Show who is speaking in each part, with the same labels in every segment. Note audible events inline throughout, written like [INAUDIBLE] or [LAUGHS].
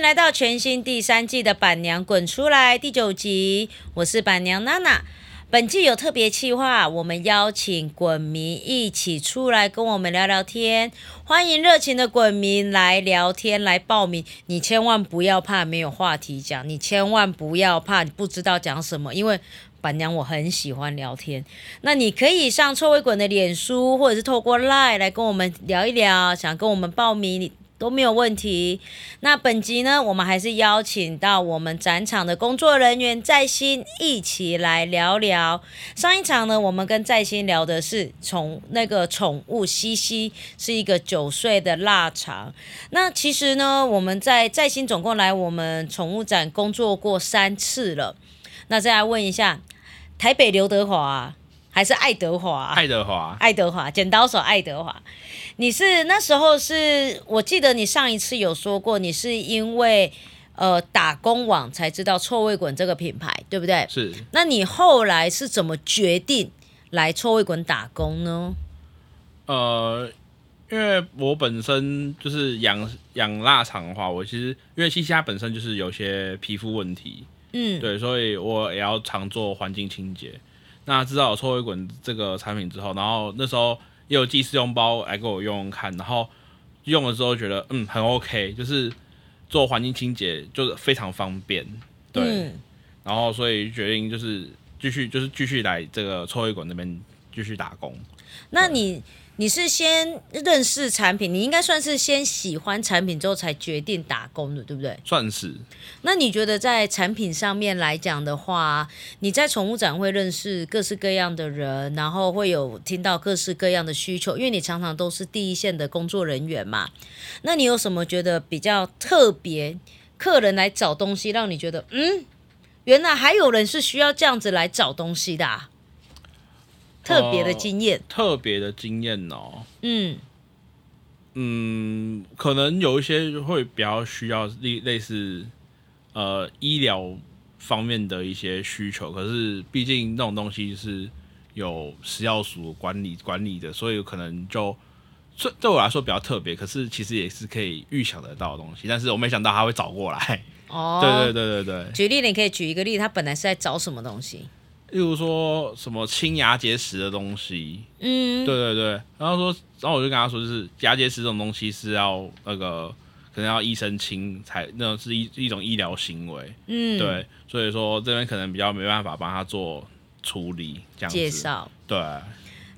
Speaker 1: 来到全新第三季的《板娘滚出来》第九集，我是板娘娜娜。本季有特别企划，我们邀请滚迷一起出来跟我们聊聊天，欢迎热情的滚迷来聊天来报名。你千万不要怕没有话题讲，你千万不要怕你不知道讲什么，因为板娘我很喜欢聊天。那你可以上臭味滚的脸书，或者是透过 Line 来跟我们聊一聊，想跟我们报名你都没有问题。那本集呢，我们还是邀请到我们展场的工作人员在新一起来聊聊。上一场呢，我们跟在新聊的是宠那个宠物西西是一个九岁的腊肠。那其实呢，我们在在新总共来我们宠物展工作过三次了。那再来问一下，台北刘德华啊、还是爱德华啊、
Speaker 2: 爱德华，
Speaker 1: 爱德华，剪刀手爱德华。你是那时候是我记得你上一次有说过，你是因为呃打工网才知道臭味滚这个品牌，对不对？
Speaker 2: 是
Speaker 1: 那你后来是怎么决定来臭味滚打工呢？
Speaker 2: 呃，因为我本身就是养养腊肠的话，我其实因为西西它本身就是有些皮肤问题，
Speaker 1: 嗯，
Speaker 2: 对，所以我也要常做环境清洁。那知道有臭味滚这个产品之后，然后那时候也有寄试用包来给我用用看，然后用了之后觉得嗯很 OK，就是做环境清洁就是非常方便，对，
Speaker 1: 嗯
Speaker 2: 然后所以决定就是继续就是继续来这个臭味滚那边继续打工。
Speaker 1: 那你你是先认识产品，你应该算是先喜欢产品之后才决定打工的，对不对？
Speaker 2: 算是
Speaker 1: 那你觉得在产品上面来讲的话，你在宠物展会认识各式各样的人，然后会有听到各式各样的需求，因为你常常都是第一线的工作人员嘛。那你有什么觉得比较特别？客人来找东西，让你觉得嗯，原来还有人是需要这样子来找东西的、啊，特别的
Speaker 2: 哦
Speaker 1: 经验。
Speaker 2: 特别的经验哦。
Speaker 1: 嗯
Speaker 2: 嗯，可能有一些会比较需要类类似呃医疗方面的一些需求，可是毕竟那种东西是有食药署管理管理的，所以可能就这对我来说比较特别，可是其实也是可以预想得到的东西，但是我没想到他会找过来。
Speaker 1: 哦，
Speaker 2: [LAUGHS] 对对对对对，
Speaker 1: 举例，你可以举一个例，他本来是在找什么东西？
Speaker 2: 例如说什么清牙结石的东西，
Speaker 1: 嗯，
Speaker 2: 对对对，然后说，然后我就跟他说，就是牙结石这种东西是要那个可能要医生亲才，那是一一种医疗行为，
Speaker 1: 嗯，
Speaker 2: 对，所以说这边可能比较没办法帮他做处理这样子。
Speaker 1: 介绍。
Speaker 2: 对，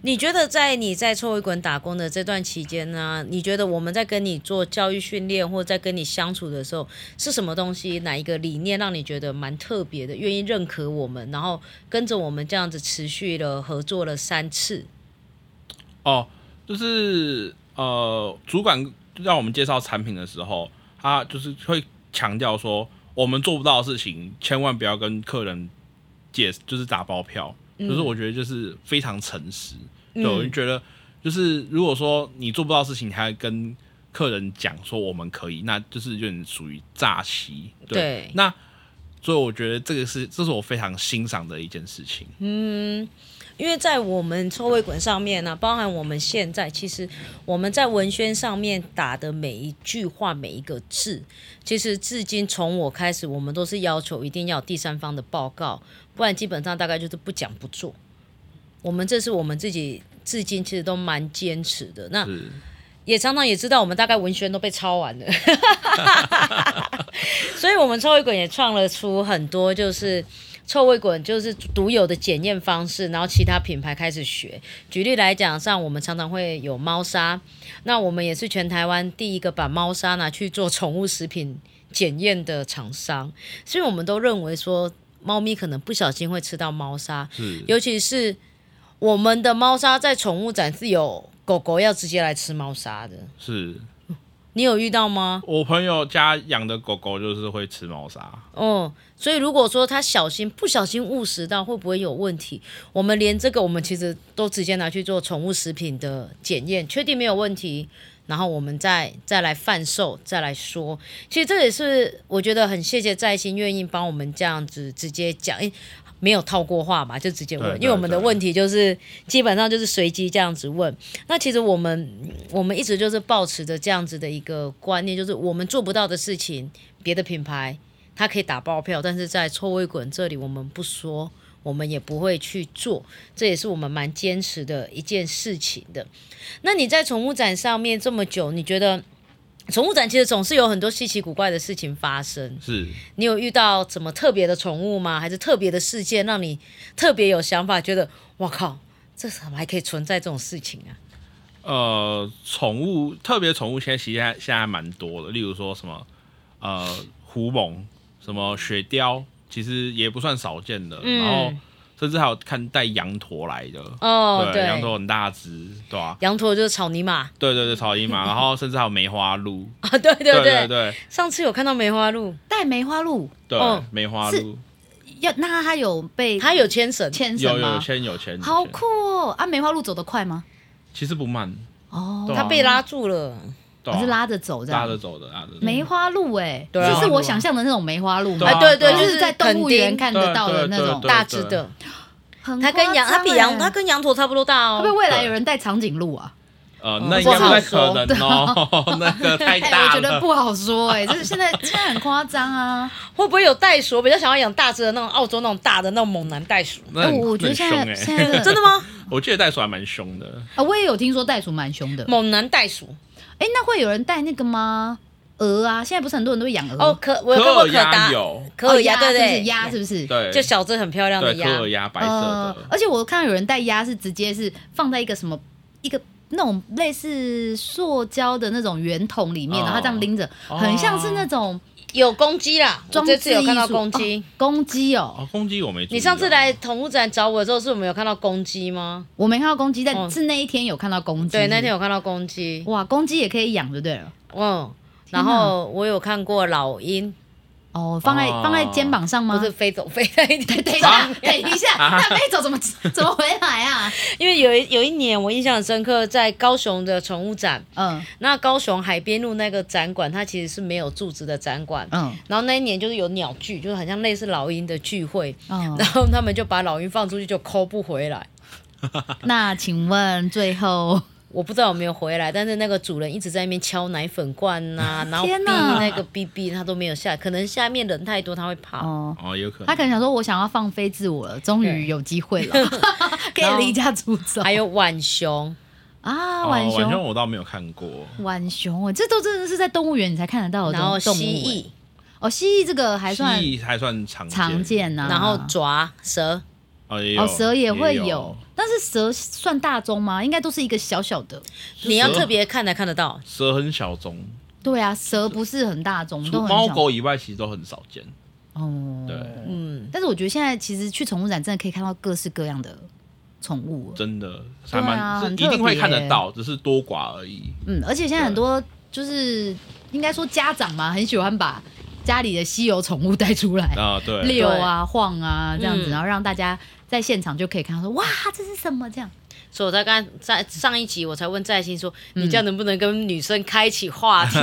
Speaker 1: 你觉得在你在臭味滚打工的这段期间呢、你觉得我们在跟你做教育训练，或在跟你相处的时候，是什么东西，哪一个理念让你觉得蛮特别的，愿意认可我们，然后跟着我们这样子持续了合作了三次？
Speaker 2: 哦，就是呃，主管让我们介绍产品的时候，他就是会强调说，我们做不到的事情，千万不要跟客人解，就是打包票。就是我觉得就是非常诚实，对，我就觉得就是如果说你做不到的事情，你还跟客人讲说我们可以，那就是有点属于诈欺。对，
Speaker 1: 对
Speaker 2: 那所以我觉得这个是这是我非常欣赏的一件事情。
Speaker 1: 因为在我们臭味滚上面呢、包含我们现在，其实我们在文宣上面打的每一句话、每一个字，其实至今从我开始，我们都是要求一定要有第三方的报告，不然基本上大概就是不讲不做。我们这是我们自己至今其实都蛮坚持的。那
Speaker 2: 是
Speaker 1: 也常常也知道我们大概文宣都被抄完了， [LAUGHS] 所以我们臭味滚也创了出很多就是。臭味滚就是独有的检验方式，然后其他品牌开始学。举例来讲，像我们常常会有猫砂，那我们也是全台湾第一个把猫砂拿去做宠物食品检验的厂商，所以我们都认为说，猫咪可能不小心会吃到猫砂，
Speaker 2: 是
Speaker 1: 尤其是我们的猫砂在宠物展是有狗狗要直接来吃猫砂的，
Speaker 2: 是，
Speaker 1: 你有遇到吗？
Speaker 2: 我朋友家养的狗狗就是会吃猫砂，
Speaker 1: 哦，所以如果说它小心不小心误食到，会不会有问题？我们连这个我们其实都直接拿去做宠物食品的检验，确定没有问题，然后我们再再来贩售，再来说。其实这也是我觉得很谢谢在心愿意帮我们这样子直接讲，诶没有套过话嘛，就直接问，
Speaker 2: 对对
Speaker 1: 因为我们的
Speaker 2: 对
Speaker 1: 问题就是基本上就是随机这样子问。那其实我们我们一直就是保持着这样子的一个观念，就是我们做不到的事情，别的品牌它可以打包票，但是在臭味滚这里我们不说，我们也不会去做，这也是我们蛮坚持的一件事情的。那你在宠物展上面这么久，你觉得宠物展其实总是有很多稀奇古怪的事情发生，
Speaker 2: 是
Speaker 1: 你有遇到什么特别的宠物吗？还是特别的事件让你特别有想法，觉得哇靠，这怎么还可以存在这种事情啊？
Speaker 2: 呃，宠物特别宠物现在其实还现在还蛮多的，例如说什么呃狐獴，什么雪貂，其实也不算少见的。
Speaker 1: 嗯
Speaker 2: 然后甚至还有看带羊驼来的，
Speaker 1: 哦，
Speaker 2: 对，羊驼很大只，对吧、
Speaker 1: 羊驼就是草泥马 [LAUGHS]
Speaker 2: 对对对，草
Speaker 3: [LAUGHS]
Speaker 2: 泥马，然后甚至还有梅花鹿，
Speaker 1: 啊，对对
Speaker 2: 对对对
Speaker 1: 上次有看到梅花鹿，
Speaker 3: 带梅花鹿
Speaker 2: 对
Speaker 1: 哦
Speaker 2: 梅花
Speaker 3: 是
Speaker 2: 鹿
Speaker 3: 要那它有被
Speaker 1: 它有牵绳，
Speaker 3: 牵
Speaker 2: 有
Speaker 3: 绳
Speaker 2: 有
Speaker 3: 吗？
Speaker 2: 牵有牵，有
Speaker 3: 好
Speaker 2: 牵
Speaker 3: 酷哦！啊，梅花鹿走得快吗？
Speaker 2: 其实不慢，
Speaker 3: 哦，
Speaker 2: 对啊
Speaker 1: 它被拉住了，
Speaker 3: 我
Speaker 2: 对啊
Speaker 3: 哦是拉着走这
Speaker 2: 拉着
Speaker 3: 样。
Speaker 2: 走的，拉着走的
Speaker 3: 梅花鹿哎，
Speaker 1: 对啊
Speaker 3: 这是我想象的那种梅花鹿吗
Speaker 2: 对啊
Speaker 1: 哎对对，
Speaker 2: 对啊
Speaker 3: 就是在动物园
Speaker 1: 垦丁
Speaker 3: 看得到的那种
Speaker 2: 对对对对
Speaker 1: 大只的，
Speaker 3: 很
Speaker 1: 它跟羊，
Speaker 3: 夸张
Speaker 1: 它比羊，
Speaker 3: 哎
Speaker 1: 它跟羊驼差不多大
Speaker 3: 会不
Speaker 1: 哦。
Speaker 3: 会未来有人带长颈鹿啊？
Speaker 2: 呃，
Speaker 1: 嗯
Speaker 2: 那应该不太可能哦， [LAUGHS] 那个
Speaker 3: [LAUGHS]
Speaker 2: 太
Speaker 3: 哎，
Speaker 2: 大
Speaker 3: 我觉得
Speaker 2: 了。
Speaker 3: 不好说哎，这是现在现在很夸张啊。
Speaker 1: 会不会有袋鼠？我比较想要养大只的那种澳洲那种大的那种猛男袋鼠，
Speaker 2: [LAUGHS] 那
Speaker 3: 哎
Speaker 2: 很
Speaker 3: 我觉得
Speaker 2: 很
Speaker 3: 现
Speaker 2: 凶
Speaker 3: 在
Speaker 2: 哎，
Speaker 3: 现在
Speaker 1: 真的吗？
Speaker 2: 我记得袋鼠还蛮凶的，
Speaker 3: 啊，我也有听说袋鼠蛮凶的。
Speaker 1: 猛男袋鼠
Speaker 3: 哎，那会有人带那个吗？鹅啊，现在不是很多人都会养鹅
Speaker 1: 哦，可我有看过
Speaker 2: 科嗯尔
Speaker 1: 可
Speaker 2: 鸭
Speaker 1: 达，
Speaker 2: 有，
Speaker 1: 可尔鸭
Speaker 3: 哦鸭
Speaker 1: 对
Speaker 3: 是
Speaker 1: 不
Speaker 3: 不是
Speaker 1: 对？
Speaker 3: 鸭是不是？呃
Speaker 2: 对，
Speaker 1: 就小只很漂亮的
Speaker 2: 对科
Speaker 1: 鸭
Speaker 2: 尔，鸭白色的，
Speaker 3: 而且我看到有人带鸭是直接是放在一个什么一个那种类似塑胶的那种圆筒里面，
Speaker 2: 哦
Speaker 3: 然后这样拎着，
Speaker 2: 哦
Speaker 3: 很像是那种
Speaker 1: 有公鸡啦，我
Speaker 3: 装置
Speaker 1: 这次有看到
Speaker 3: 艺术
Speaker 1: 公鸡。
Speaker 3: 哦公鸡哦，
Speaker 2: 哦，公鸡我没注意到。
Speaker 1: 你上次来宠物展找我的时候，是我们有看到公鸡吗？
Speaker 3: 我没看到公鸡，
Speaker 1: 哦
Speaker 3: 但是那一天有看到公鸡。
Speaker 1: 对，那天有看到公鸡，
Speaker 3: 哇，公鸡也可以养就对了。
Speaker 1: 嗯，
Speaker 3: 天哪
Speaker 1: 然后我有看过老鹰，
Speaker 3: 哦，放在
Speaker 2: 哦
Speaker 3: 放在肩膀上吗？
Speaker 1: 不是飞走飞在
Speaker 3: [LAUGHS]
Speaker 1: 一
Speaker 3: 等，
Speaker 1: 点，
Speaker 3: 等一下，
Speaker 2: 啊
Speaker 3: 等一
Speaker 2: [LAUGHS]
Speaker 3: 下，
Speaker 2: 啊
Speaker 3: 那飞走怎么怎么回来啊？
Speaker 1: 因为有一有一年我印象很深刻，在高雄的宠物展，
Speaker 3: 嗯
Speaker 1: 那高雄海边路那个展馆，它其实是没有柱子的展馆。
Speaker 3: 嗯
Speaker 1: 然后那一年就是有鸟聚，就是很像类似老鹰的聚会，
Speaker 3: 嗯
Speaker 1: 然。后他们就把老鹰放出去就抠不回来。 [LAUGHS]
Speaker 3: 那请问最后，
Speaker 1: 我不知道有没有回来，但是那个主人一直在那边敲奶粉罐
Speaker 3: [LAUGHS]
Speaker 1: 呐、然后逼
Speaker 3: 天哪
Speaker 1: 那个 BB，他都没有下来，可能下面人太多，他会怕。
Speaker 3: 哦，
Speaker 2: 哦，有可
Speaker 3: 他
Speaker 2: 能
Speaker 3: 可能想说，我想要放飞自我了，终于
Speaker 1: 对
Speaker 3: 有机
Speaker 1: [LAUGHS]
Speaker 3: 会了，可以离家出走。
Speaker 1: 还有浣熊，
Speaker 3: 啊，
Speaker 2: 哦
Speaker 3: 浣
Speaker 2: 浣熊
Speaker 3: 熊，
Speaker 2: 我倒没有看过，
Speaker 3: 浣熊，这都真的是在动物园你才看得到的
Speaker 1: 然后
Speaker 3: 动动
Speaker 1: 蜥
Speaker 3: 物欸。
Speaker 1: 蜴，
Speaker 3: 哦，蜥蜴这个还
Speaker 2: 蜥
Speaker 3: 算
Speaker 2: 蜴还算常
Speaker 3: 常见呐，
Speaker 1: 然后爪、蛇，
Speaker 2: 哦，也有
Speaker 3: 哦，蛇也会有
Speaker 2: 有，，
Speaker 3: 但是蛇算大宗吗？应该都是一个小小的。
Speaker 1: 你要
Speaker 2: 蛇
Speaker 1: 特别看才看得到。
Speaker 2: 蛇很小众，
Speaker 3: 对啊，蛇不是很大宗，
Speaker 2: 除
Speaker 3: 都很
Speaker 2: 猫
Speaker 3: 小。
Speaker 2: 狗以外其实都很少见。
Speaker 3: 哦，
Speaker 2: 对，
Speaker 1: 嗯，
Speaker 3: 但是我觉得现在其实去宠物展真的可以看到各式各样的宠物，
Speaker 2: 真的还
Speaker 3: 对啊
Speaker 2: 蛮是
Speaker 3: 很
Speaker 2: 一
Speaker 3: 特别欸
Speaker 2: 定会看得到，只是多寡而已。
Speaker 3: 嗯，而且现在很多就是应该说家长嘛，很喜欢把家里的稀有宠物带出来。
Speaker 2: 啊，对，
Speaker 3: 溜啊、晃啊这样子，
Speaker 1: 嗯
Speaker 3: 然后让大家在现场就可以看到说，哇，这是什么这
Speaker 2: [LAUGHS]
Speaker 3: 样？
Speaker 1: 所以我在刚在上一集我才问在心说，
Speaker 3: 嗯
Speaker 1: 你这样能不能跟女生开启话题？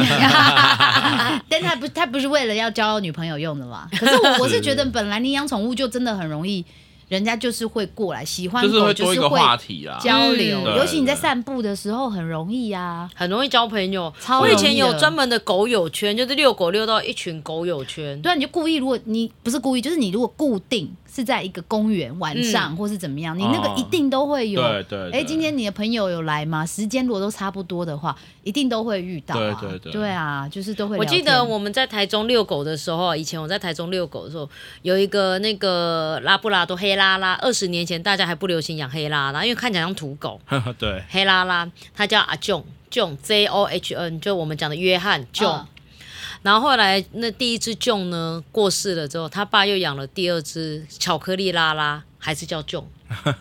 Speaker 3: 但他不，他不是为了要交女朋友用的啦。可是我我是
Speaker 2: 是
Speaker 3: 觉得，本来你养宠物就真的很容易，人家就是会过来喜欢
Speaker 2: 就是
Speaker 3: 狗，
Speaker 2: 会
Speaker 3: 就
Speaker 2: 多一
Speaker 3: 是
Speaker 2: 个
Speaker 3: 会
Speaker 2: 话题啦。
Speaker 3: 交流
Speaker 1: 嗯，
Speaker 2: 对
Speaker 3: 尤其你在
Speaker 2: 对
Speaker 3: 散步的时候很容易啊呀。
Speaker 1: 很容易交朋友。
Speaker 3: 超
Speaker 1: 我以前
Speaker 3: 容易的
Speaker 1: 有专门的狗友圈，就是遛狗遛到一群狗友圈。
Speaker 3: 对啊，你就故意，如果你不是故意，就是你如果固定是在一个公园晚上或是怎么样，你那个
Speaker 2: 嗯哦
Speaker 3: 一定都会有。
Speaker 2: 对对，
Speaker 3: 哎，
Speaker 2: 对
Speaker 3: 今天你的朋友有来吗？时间如果都差不多的话，一定都会遇到啊。
Speaker 2: 对对对
Speaker 3: 啊，就是都会
Speaker 1: 我
Speaker 3: 聊天。
Speaker 1: 记得我们在台中遛狗的时候啊，以前我在台中遛狗的时候，有一个那个拉布拉多黑拉拉，二十年前大家还不流行养黑拉拉，因为看起来像土狗。
Speaker 2: [LAUGHS] 对
Speaker 1: 黑拉拉，它叫阿囧囧 J O H N，就我们讲的约翰囧。
Speaker 3: 嗯
Speaker 1: 然后后来那第一只囧呢过世了之后，他爸又养了第二只巧克力拉拉，还是叫囧。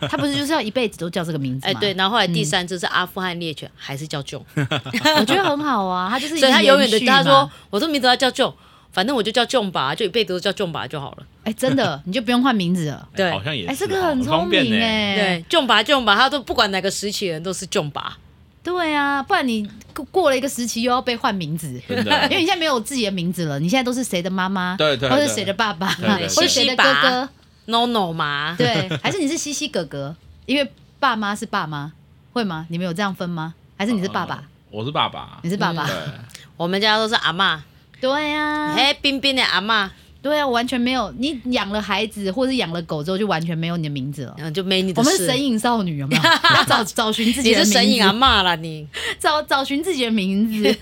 Speaker 3: 他不是就是要一辈子都叫这个名字
Speaker 1: 哎，
Speaker 3: 吗？
Speaker 1: 对，，然后后来
Speaker 3: 嗯
Speaker 1: 第三只是阿富汗猎犬，还是叫囧。
Speaker 3: 我觉得很好啊，他就是
Speaker 1: 所以他永远的
Speaker 3: 延续嘛
Speaker 1: 他说，我这名字要叫囧，反正我就叫囧吧，就一辈子都叫囧吧就好了。
Speaker 3: 哎、真的，你就不用换名字了。
Speaker 1: 对
Speaker 2: 好像也
Speaker 3: 哎、
Speaker 2: 是
Speaker 3: 这
Speaker 2: 哦，
Speaker 3: 个很聪
Speaker 2: 方便
Speaker 3: 明
Speaker 2: 呢。
Speaker 3: 哎、
Speaker 1: 对，囧吧囧吧，他都不管哪个时期人都是囧吧。
Speaker 3: 对啊，不然你过过了一个时期又要被换名字。
Speaker 2: 真
Speaker 3: 因为
Speaker 2: 的
Speaker 3: 你现在没有自己的名字了，你现在都是谁的妈妈，
Speaker 2: 对对对
Speaker 3: 或是谁的爸爸，
Speaker 2: 对对对
Speaker 3: 或是谁的哥哥，
Speaker 1: no no 嘛，
Speaker 3: 对，还是你是西西哥哥？因为爸妈是爸妈，会吗？你们有这样分吗？还是你是爸爸？
Speaker 2: 嗯我是爸爸
Speaker 3: 你，是爸爸？
Speaker 2: 对，
Speaker 1: 我们家都是阿妈，
Speaker 3: 对呀、
Speaker 1: 哎、冰冰的阿妈，
Speaker 3: 对啊，我完全没有。你养了孩子或是养了狗之后，就完全没有你的名字了。
Speaker 1: 嗯，就没你的
Speaker 3: 我
Speaker 1: 事。
Speaker 3: 们是神隐少女，有
Speaker 1: [LAUGHS]
Speaker 3: 没有？要找找寻自己
Speaker 1: 你
Speaker 3: 的名
Speaker 1: 是
Speaker 3: 字，啊
Speaker 1: 神隐阿啊妈啦，你。
Speaker 3: 找找寻自己的名字。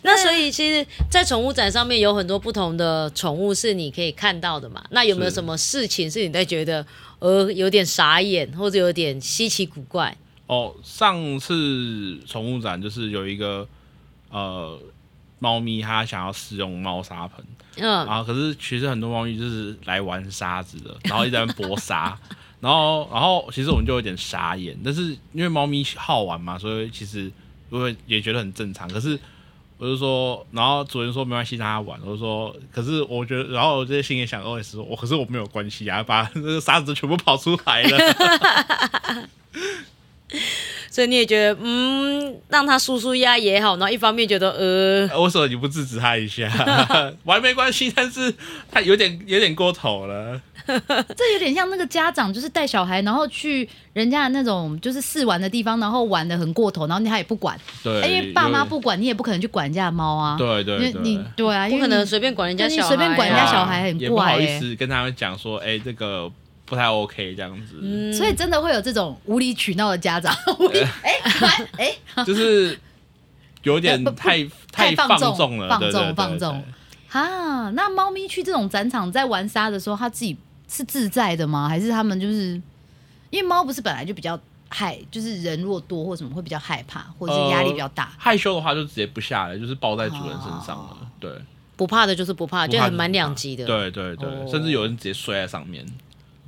Speaker 1: 那所以其实，在宠物展上面有很多不同的宠物是你可以看到的嘛。那有没有
Speaker 2: 是
Speaker 1: 什么事情是你在觉得呃有点傻眼，或者有点稀奇古怪？
Speaker 2: 哦，上次宠物展就是有一个呃猫咪，它想要试用猫砂盆，
Speaker 1: 嗯，
Speaker 2: 然后可是其实很多猫咪就是来玩沙子的，然后一直在那边搏
Speaker 3: [LAUGHS]
Speaker 2: 沙，然后然后其实我们就有点傻眼，但是因为猫咪好玩嘛，所以其实我会也觉得很正常。可是我就说，然后主人说没关系，让它玩。我就说，可是我觉得，然后我就心里想，OS 说，我可是我没有关系啊，把那个沙子都全部跑出来了。
Speaker 3: [LAUGHS]
Speaker 1: 所以你也觉得嗯，让它舒舒压也好，然后一方面觉得呃，
Speaker 2: 为什么你不制止它
Speaker 3: [LAUGHS]
Speaker 2: 一下？玩没关系，但是它有点有点过头了。
Speaker 3: 这有点像那个家长，就是带小孩，然后去人家的那种就是试玩的地方，然后玩的很过头，然后他也不管，哎
Speaker 2: 对，
Speaker 3: 因为爸妈
Speaker 2: 有
Speaker 3: 不管，你也不可能去管人家的猫啊。
Speaker 2: 对对
Speaker 3: 因为你
Speaker 2: 对。
Speaker 3: 对啊，因
Speaker 1: 不
Speaker 3: 为
Speaker 1: 可能
Speaker 3: 你
Speaker 1: 随便管人家
Speaker 3: 对你
Speaker 1: 小孩啊、
Speaker 3: 随便管人家小孩很
Speaker 2: 也
Speaker 3: 怪
Speaker 2: 不好意
Speaker 3: 欸
Speaker 2: 思跟他们讲说，哎、这个不太 OK 这样子，
Speaker 3: 所以真的会有这种无理取闹的家
Speaker 2: [LAUGHS]
Speaker 3: 长，无理哎来哎，
Speaker 2: 就是有点
Speaker 3: [LAUGHS] 不不
Speaker 2: 太
Speaker 3: 太
Speaker 2: 放
Speaker 3: 放纵
Speaker 2: 了，
Speaker 3: 放
Speaker 2: 对
Speaker 3: 纵
Speaker 2: 对对
Speaker 3: 放
Speaker 2: 对
Speaker 3: 纵哈，那猫咪去这种展场在玩沙的时候，它自己是自在的吗？还是它们就是因为猫不是本来就比较害，就是人如果多或什么会比较害怕，或者是压力比较大，
Speaker 2: 害羞的话就直接不下来，就是抱在主人身上了，
Speaker 3: 哦
Speaker 2: 对，
Speaker 3: 啊
Speaker 1: 不怕的就是不怕，
Speaker 2: 不
Speaker 1: 就
Speaker 2: 怕
Speaker 1: 很
Speaker 2: 是
Speaker 1: 蛮
Speaker 2: 不
Speaker 1: 两
Speaker 2: 怕
Speaker 1: 极的，，
Speaker 2: 对对对，
Speaker 1: 哦
Speaker 2: 甚至有人直接睡在上面，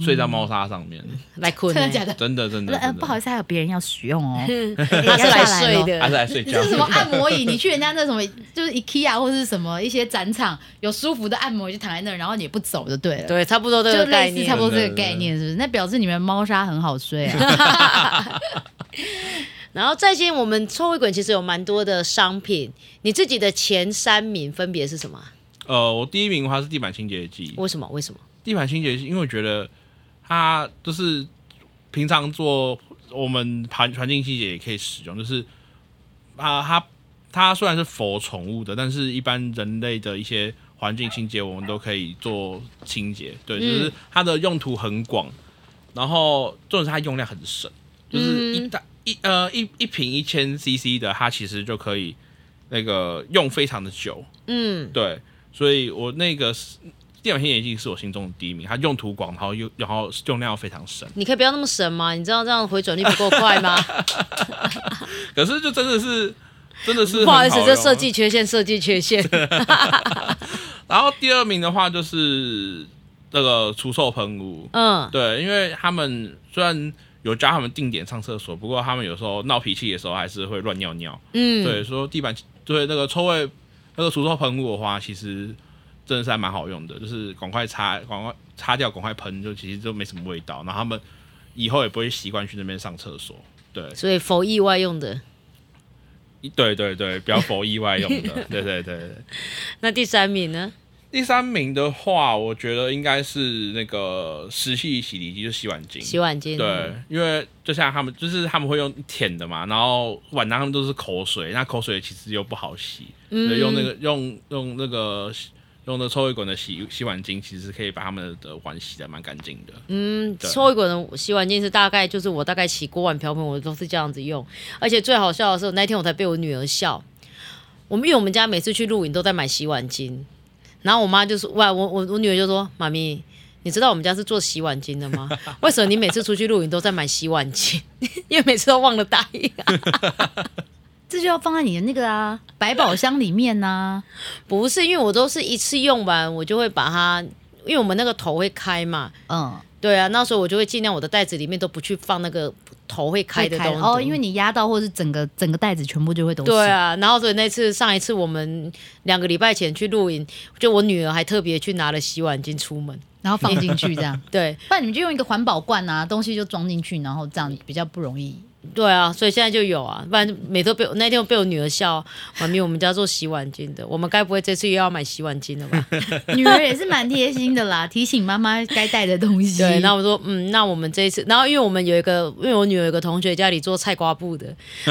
Speaker 2: 睡在猫砂上面，
Speaker 1: 来困、
Speaker 3: 真
Speaker 1: 欸，
Speaker 3: 的假的？
Speaker 2: 真的真的
Speaker 3: 嗯呃，
Speaker 2: 真的，
Speaker 3: 不好意
Speaker 2: 思，
Speaker 3: 思，还有别人要使用哦。
Speaker 1: 他是来睡
Speaker 3: 要下来
Speaker 2: 还是
Speaker 1: 的，
Speaker 2: 来睡
Speaker 3: 你
Speaker 2: 觉
Speaker 3: 这是，什么按摩椅？你去人家那什么，就是 IKEA 或是什么一些展场有舒服的按摩椅，就躺在那儿，然后你也不走就对了。
Speaker 1: 对，差不多这
Speaker 3: 就
Speaker 1: 个概
Speaker 3: 类似
Speaker 1: 念，
Speaker 3: 差不多这
Speaker 2: 对对
Speaker 3: 个
Speaker 2: 对
Speaker 3: 概念，是不是？那表示你们猫砂很好睡 [LAUGHS] 啊。
Speaker 1: 然后再见，我们臭味滚其实有蛮多的商品，你自己的前三名分别是什么啊？
Speaker 2: 呃，我第一名的话是地板清洁剂，
Speaker 1: 为什么？为什么？
Speaker 2: 地板清洁，因为我觉得它就是平常做我们环环境清洁也可以使用，就是啊，它它虽然是否宠物的，但是一般人类的一些环境清洁，我们都可以做清洁。对，就是它的用途很广，然后重点是它用量很省，就是一大、一呃一一瓶一千 CC 的，它其实就可以那个用非常的久。
Speaker 1: 嗯，
Speaker 2: 对，所以我那个是电脑显眼镜是我心中的第一名，它用途广，然后又然后用量又非常深。
Speaker 1: 你可以不要那么神吗？你知道这样回转率不够快
Speaker 2: [LAUGHS]
Speaker 1: 吗？
Speaker 2: 可是就真的是真的是很
Speaker 1: 不好意思，
Speaker 2: 用
Speaker 1: 这设计。缺陷，设计缺陷。
Speaker 2: 然后第二名的话就是那个除臭喷雾，
Speaker 1: 嗯，
Speaker 2: 对，因为他们虽然有教他们定点上厕所，不过他们有时候闹脾气的时候还是会乱尿尿。
Speaker 1: 嗯
Speaker 2: 对，说地板对那个臭味那个除臭喷雾的话，其实真的是还蛮好用的，就是赶快擦，赶快擦掉，赶快喷，就其实就没什么味道。然后他们以后也不会习惯去那边上厕所。对，
Speaker 1: 所以否意外用的。
Speaker 2: 对对对，比较否意外用的。对对对对。
Speaker 1: 那第三名呢？
Speaker 2: 第三名的话，我觉得应该是那个湿气洗涤机，就是洗碗巾。
Speaker 1: 洗碗巾。
Speaker 2: 对，因为就像他们，就是他们会用舔的嘛，然后碗他们都是口水，那口水其实又不好洗，所以用那个用用那个用那臭味滚的洗洗碗巾，其实可以把他们的碗洗的蛮干净的。
Speaker 1: 嗯，
Speaker 2: 对
Speaker 1: 臭一滚的洗碗巾是大概就是我大概洗锅碗瓢盆我都是这样子用，而且最好笑的是，那天我才被我女儿笑。我们因为我们家每次去露营都在买洗碗巾，然后我妈就说：“哇，我我我女儿就说，妈咪，你知道我们家是做洗碗巾的吗？为什么你每次出去露营都在买洗碗巾？因为每次都忘了啊带、
Speaker 3: 这就要放在你的那个啊百宝箱里面啊呐、
Speaker 1: 不是，因为我都是一次用完，我就会把它，因为我们那个头会开嘛，
Speaker 3: 嗯，
Speaker 1: 对啊，那时候我就会尽量我的袋子里面都不去放那个头会开的
Speaker 3: 会
Speaker 1: 东西
Speaker 3: 哦，因为你压到或是整个整个袋子全部就会都是。
Speaker 1: 对啊，然后所以那次上一次我们两个礼拜前去露营，就我女儿还特别去拿了洗碗巾出门。
Speaker 3: 然后 [LAUGHS] 放进去这样，
Speaker 1: 对，
Speaker 3: 不然你们就用一个环保罐啊，东西就装进去，然后这样比较不容易
Speaker 1: 对啊，所以现在就有啊，不然每次都被我那天我被我女儿笑啊，妈咪，我们家做洗碗巾的，我们该不会这次又要买洗碗巾了吧？
Speaker 3: [LAUGHS] 女儿也是蛮贴心的啦，提醒妈妈该带的东西。
Speaker 1: 对，那我说，嗯，那我们这一次，然后因为我们有一个，因为我女儿有个同学家里做菜瓜布的，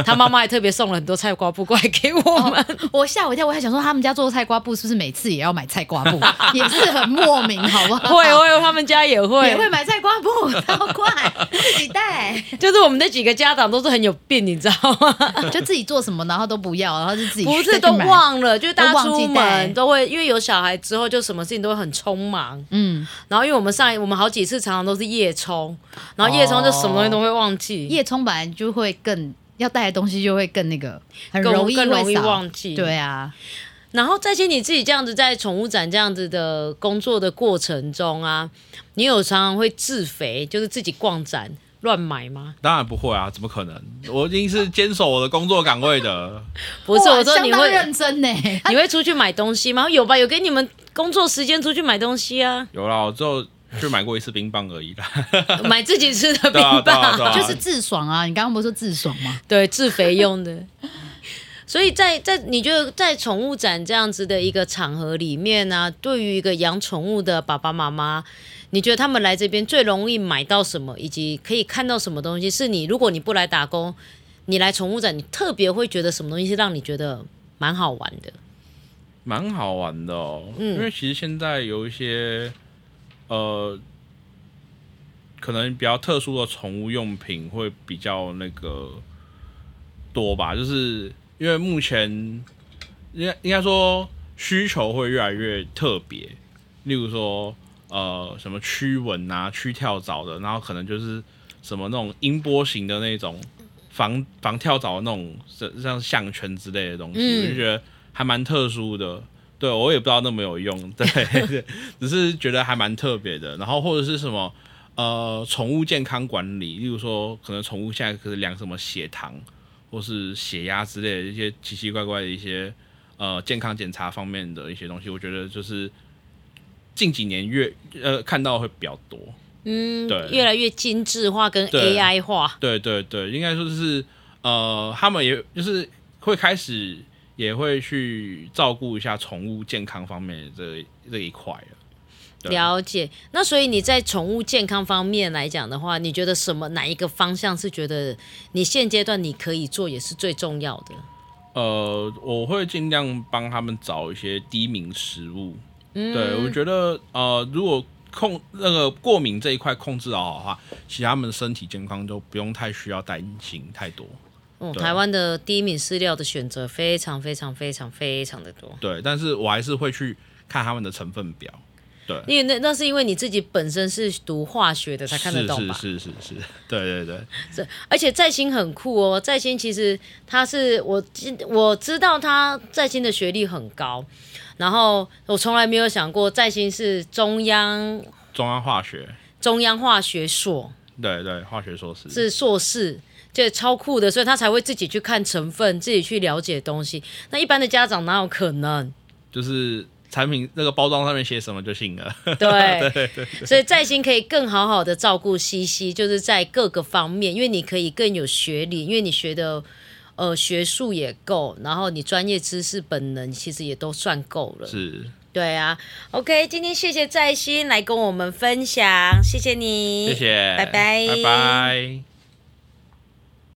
Speaker 1: 她妈妈还特别送了很多菜瓜布过来给我们。
Speaker 3: 我吓我一跳，我还想说他们家做菜瓜布是不是每次也要买菜瓜布，也是很莫名，好不好？
Speaker 1: 会会，他们家也会，
Speaker 3: [LAUGHS] 也会买菜瓜布，超快，自己带， [LAUGHS]
Speaker 1: 就是我们那几个家长都是很有病，你知道吗？
Speaker 3: 就自己做什么，然后都不要，然后就自己
Speaker 1: 不
Speaker 3: 再
Speaker 1: 是
Speaker 3: 去
Speaker 1: 都
Speaker 3: 买。
Speaker 1: 忘了，就是大家
Speaker 3: 都忘
Speaker 1: 出
Speaker 3: 记带
Speaker 1: 门都会，因为有小孩之后，就什么事情都会很匆忙。
Speaker 3: 嗯，
Speaker 1: 然后因为我们上一我们好几次常常都是夜冲，然后夜冲就什么东西都会忘记，
Speaker 3: 夜冲本来就会更要带的东西就会更那个，很
Speaker 1: 更
Speaker 3: 容易
Speaker 1: 更容
Speaker 3: 会
Speaker 1: 易
Speaker 3: 少
Speaker 1: 忘记。
Speaker 3: 对啊，
Speaker 1: 然后在且你自己这样子在宠物展这样子的工作的过程中啊，你有常常会自肥，就是自己逛展乱买吗？
Speaker 2: 当然不会啊，怎么可能？我一定是坚守我的工作岗位的。 [LAUGHS]
Speaker 1: 不是，
Speaker 3: 哇
Speaker 1: 我说
Speaker 3: 相
Speaker 1: 你
Speaker 3: 当
Speaker 1: 会
Speaker 3: 认哎真呢。
Speaker 1: 你会出去买东西吗？有吧，有给你们工作时间出去买东西
Speaker 3: [LAUGHS]
Speaker 1: 啊，
Speaker 2: 有啦，我只有去买过一次冰棒而已啦。
Speaker 1: 买自己吃的冰
Speaker 2: 对啊
Speaker 1: 棒，
Speaker 2: 对啊对啊
Speaker 3: 就是自爽啊！你刚刚不是说自爽吗？
Speaker 1: 对自肥用的。 [LAUGHS] 所以在在你觉得在宠物展这样子的一个场合里面呢、对于一个养宠物的爸爸妈妈，你觉得他们来这边最容易买到什么，以及可以看到什么东西？是你如果你不来打工，你来宠物展，你特别会觉得什么东西是让你觉得蛮好玩的？
Speaker 2: 蛮好玩的哦，
Speaker 1: 嗯
Speaker 2: 因为其实现在有一些呃，可能比较特殊的宠物用品会比较那个多吧，就是因为目前应该应该说需求会越来越特别，例如说呃什么驱蚊啊、驱跳蚤的，然后可能就是什么那种音波型的那种防防跳蚤的那种像像项圈之类的东西，
Speaker 1: 嗯
Speaker 2: 我就觉得还蛮特殊的。对我也不知道那么有用，
Speaker 1: [LAUGHS]
Speaker 2: 对，对只是觉得还蛮特别的。然后或者是什么呃宠物健康管理，例如说可能宠物现在可以量什么血糖或是血压之类的一些奇奇怪怪的一些呃健康检查方面的一些东西，我觉得就是近几年越呃看到会比较多。
Speaker 1: 嗯
Speaker 2: 对，
Speaker 1: 越来越精致化跟
Speaker 2: 对
Speaker 1: AI 化，
Speaker 2: 对对对，应该说是呃，他们也就是会开始也会去照顾一下宠物健康方面的这这一块了。对
Speaker 1: 了解。那所以你在宠物健康方面来讲的话，你觉得什么哪一个方向是觉得你现阶段你可以做也是最重要的？
Speaker 2: 呃，我会尽量帮他们找一些低敏食物。
Speaker 1: 嗯
Speaker 2: 对，我觉得呃，如果控那个过敏这一块控制好的话，其实他们的身体健康就不用太需要担心太多。
Speaker 1: 嗯，
Speaker 2: 对
Speaker 1: 台湾的低敏饲料的选择非常非常非常非常的多。
Speaker 2: 对，但是我还是会去看他们的成分表。对，
Speaker 1: 因为那那是因为你自己本身是读化学的才看得懂吧？
Speaker 2: 是是是是是，对对对，
Speaker 1: 这而且在新很酷哦，在新其实他是我记我知道他在新的学历很高，然后我从来没有想过在新是中央
Speaker 2: 中央化学。
Speaker 1: 中央化学所，
Speaker 2: 对对，化学硕士
Speaker 1: 是硕士，这超酷的，所以他才会自己去看成分，自己去了解东西。那一般的家长哪有可能？ [LAUGHS]
Speaker 2: 就是产品那个包装上面写什么就信
Speaker 1: [LAUGHS]
Speaker 2: 了。
Speaker 1: 对，所以在新可以更好好的照顾西西，就是在各个方面，因为你可以更有学历，因为你学的呃学术也够，然后你专业知识本能其实也都算够了。
Speaker 2: 是，
Speaker 1: 对啊，OK，今天谢谢在新来跟我们分享，谢谢你，
Speaker 2: 谢谢，
Speaker 1: 拜拜
Speaker 2: 拜拜。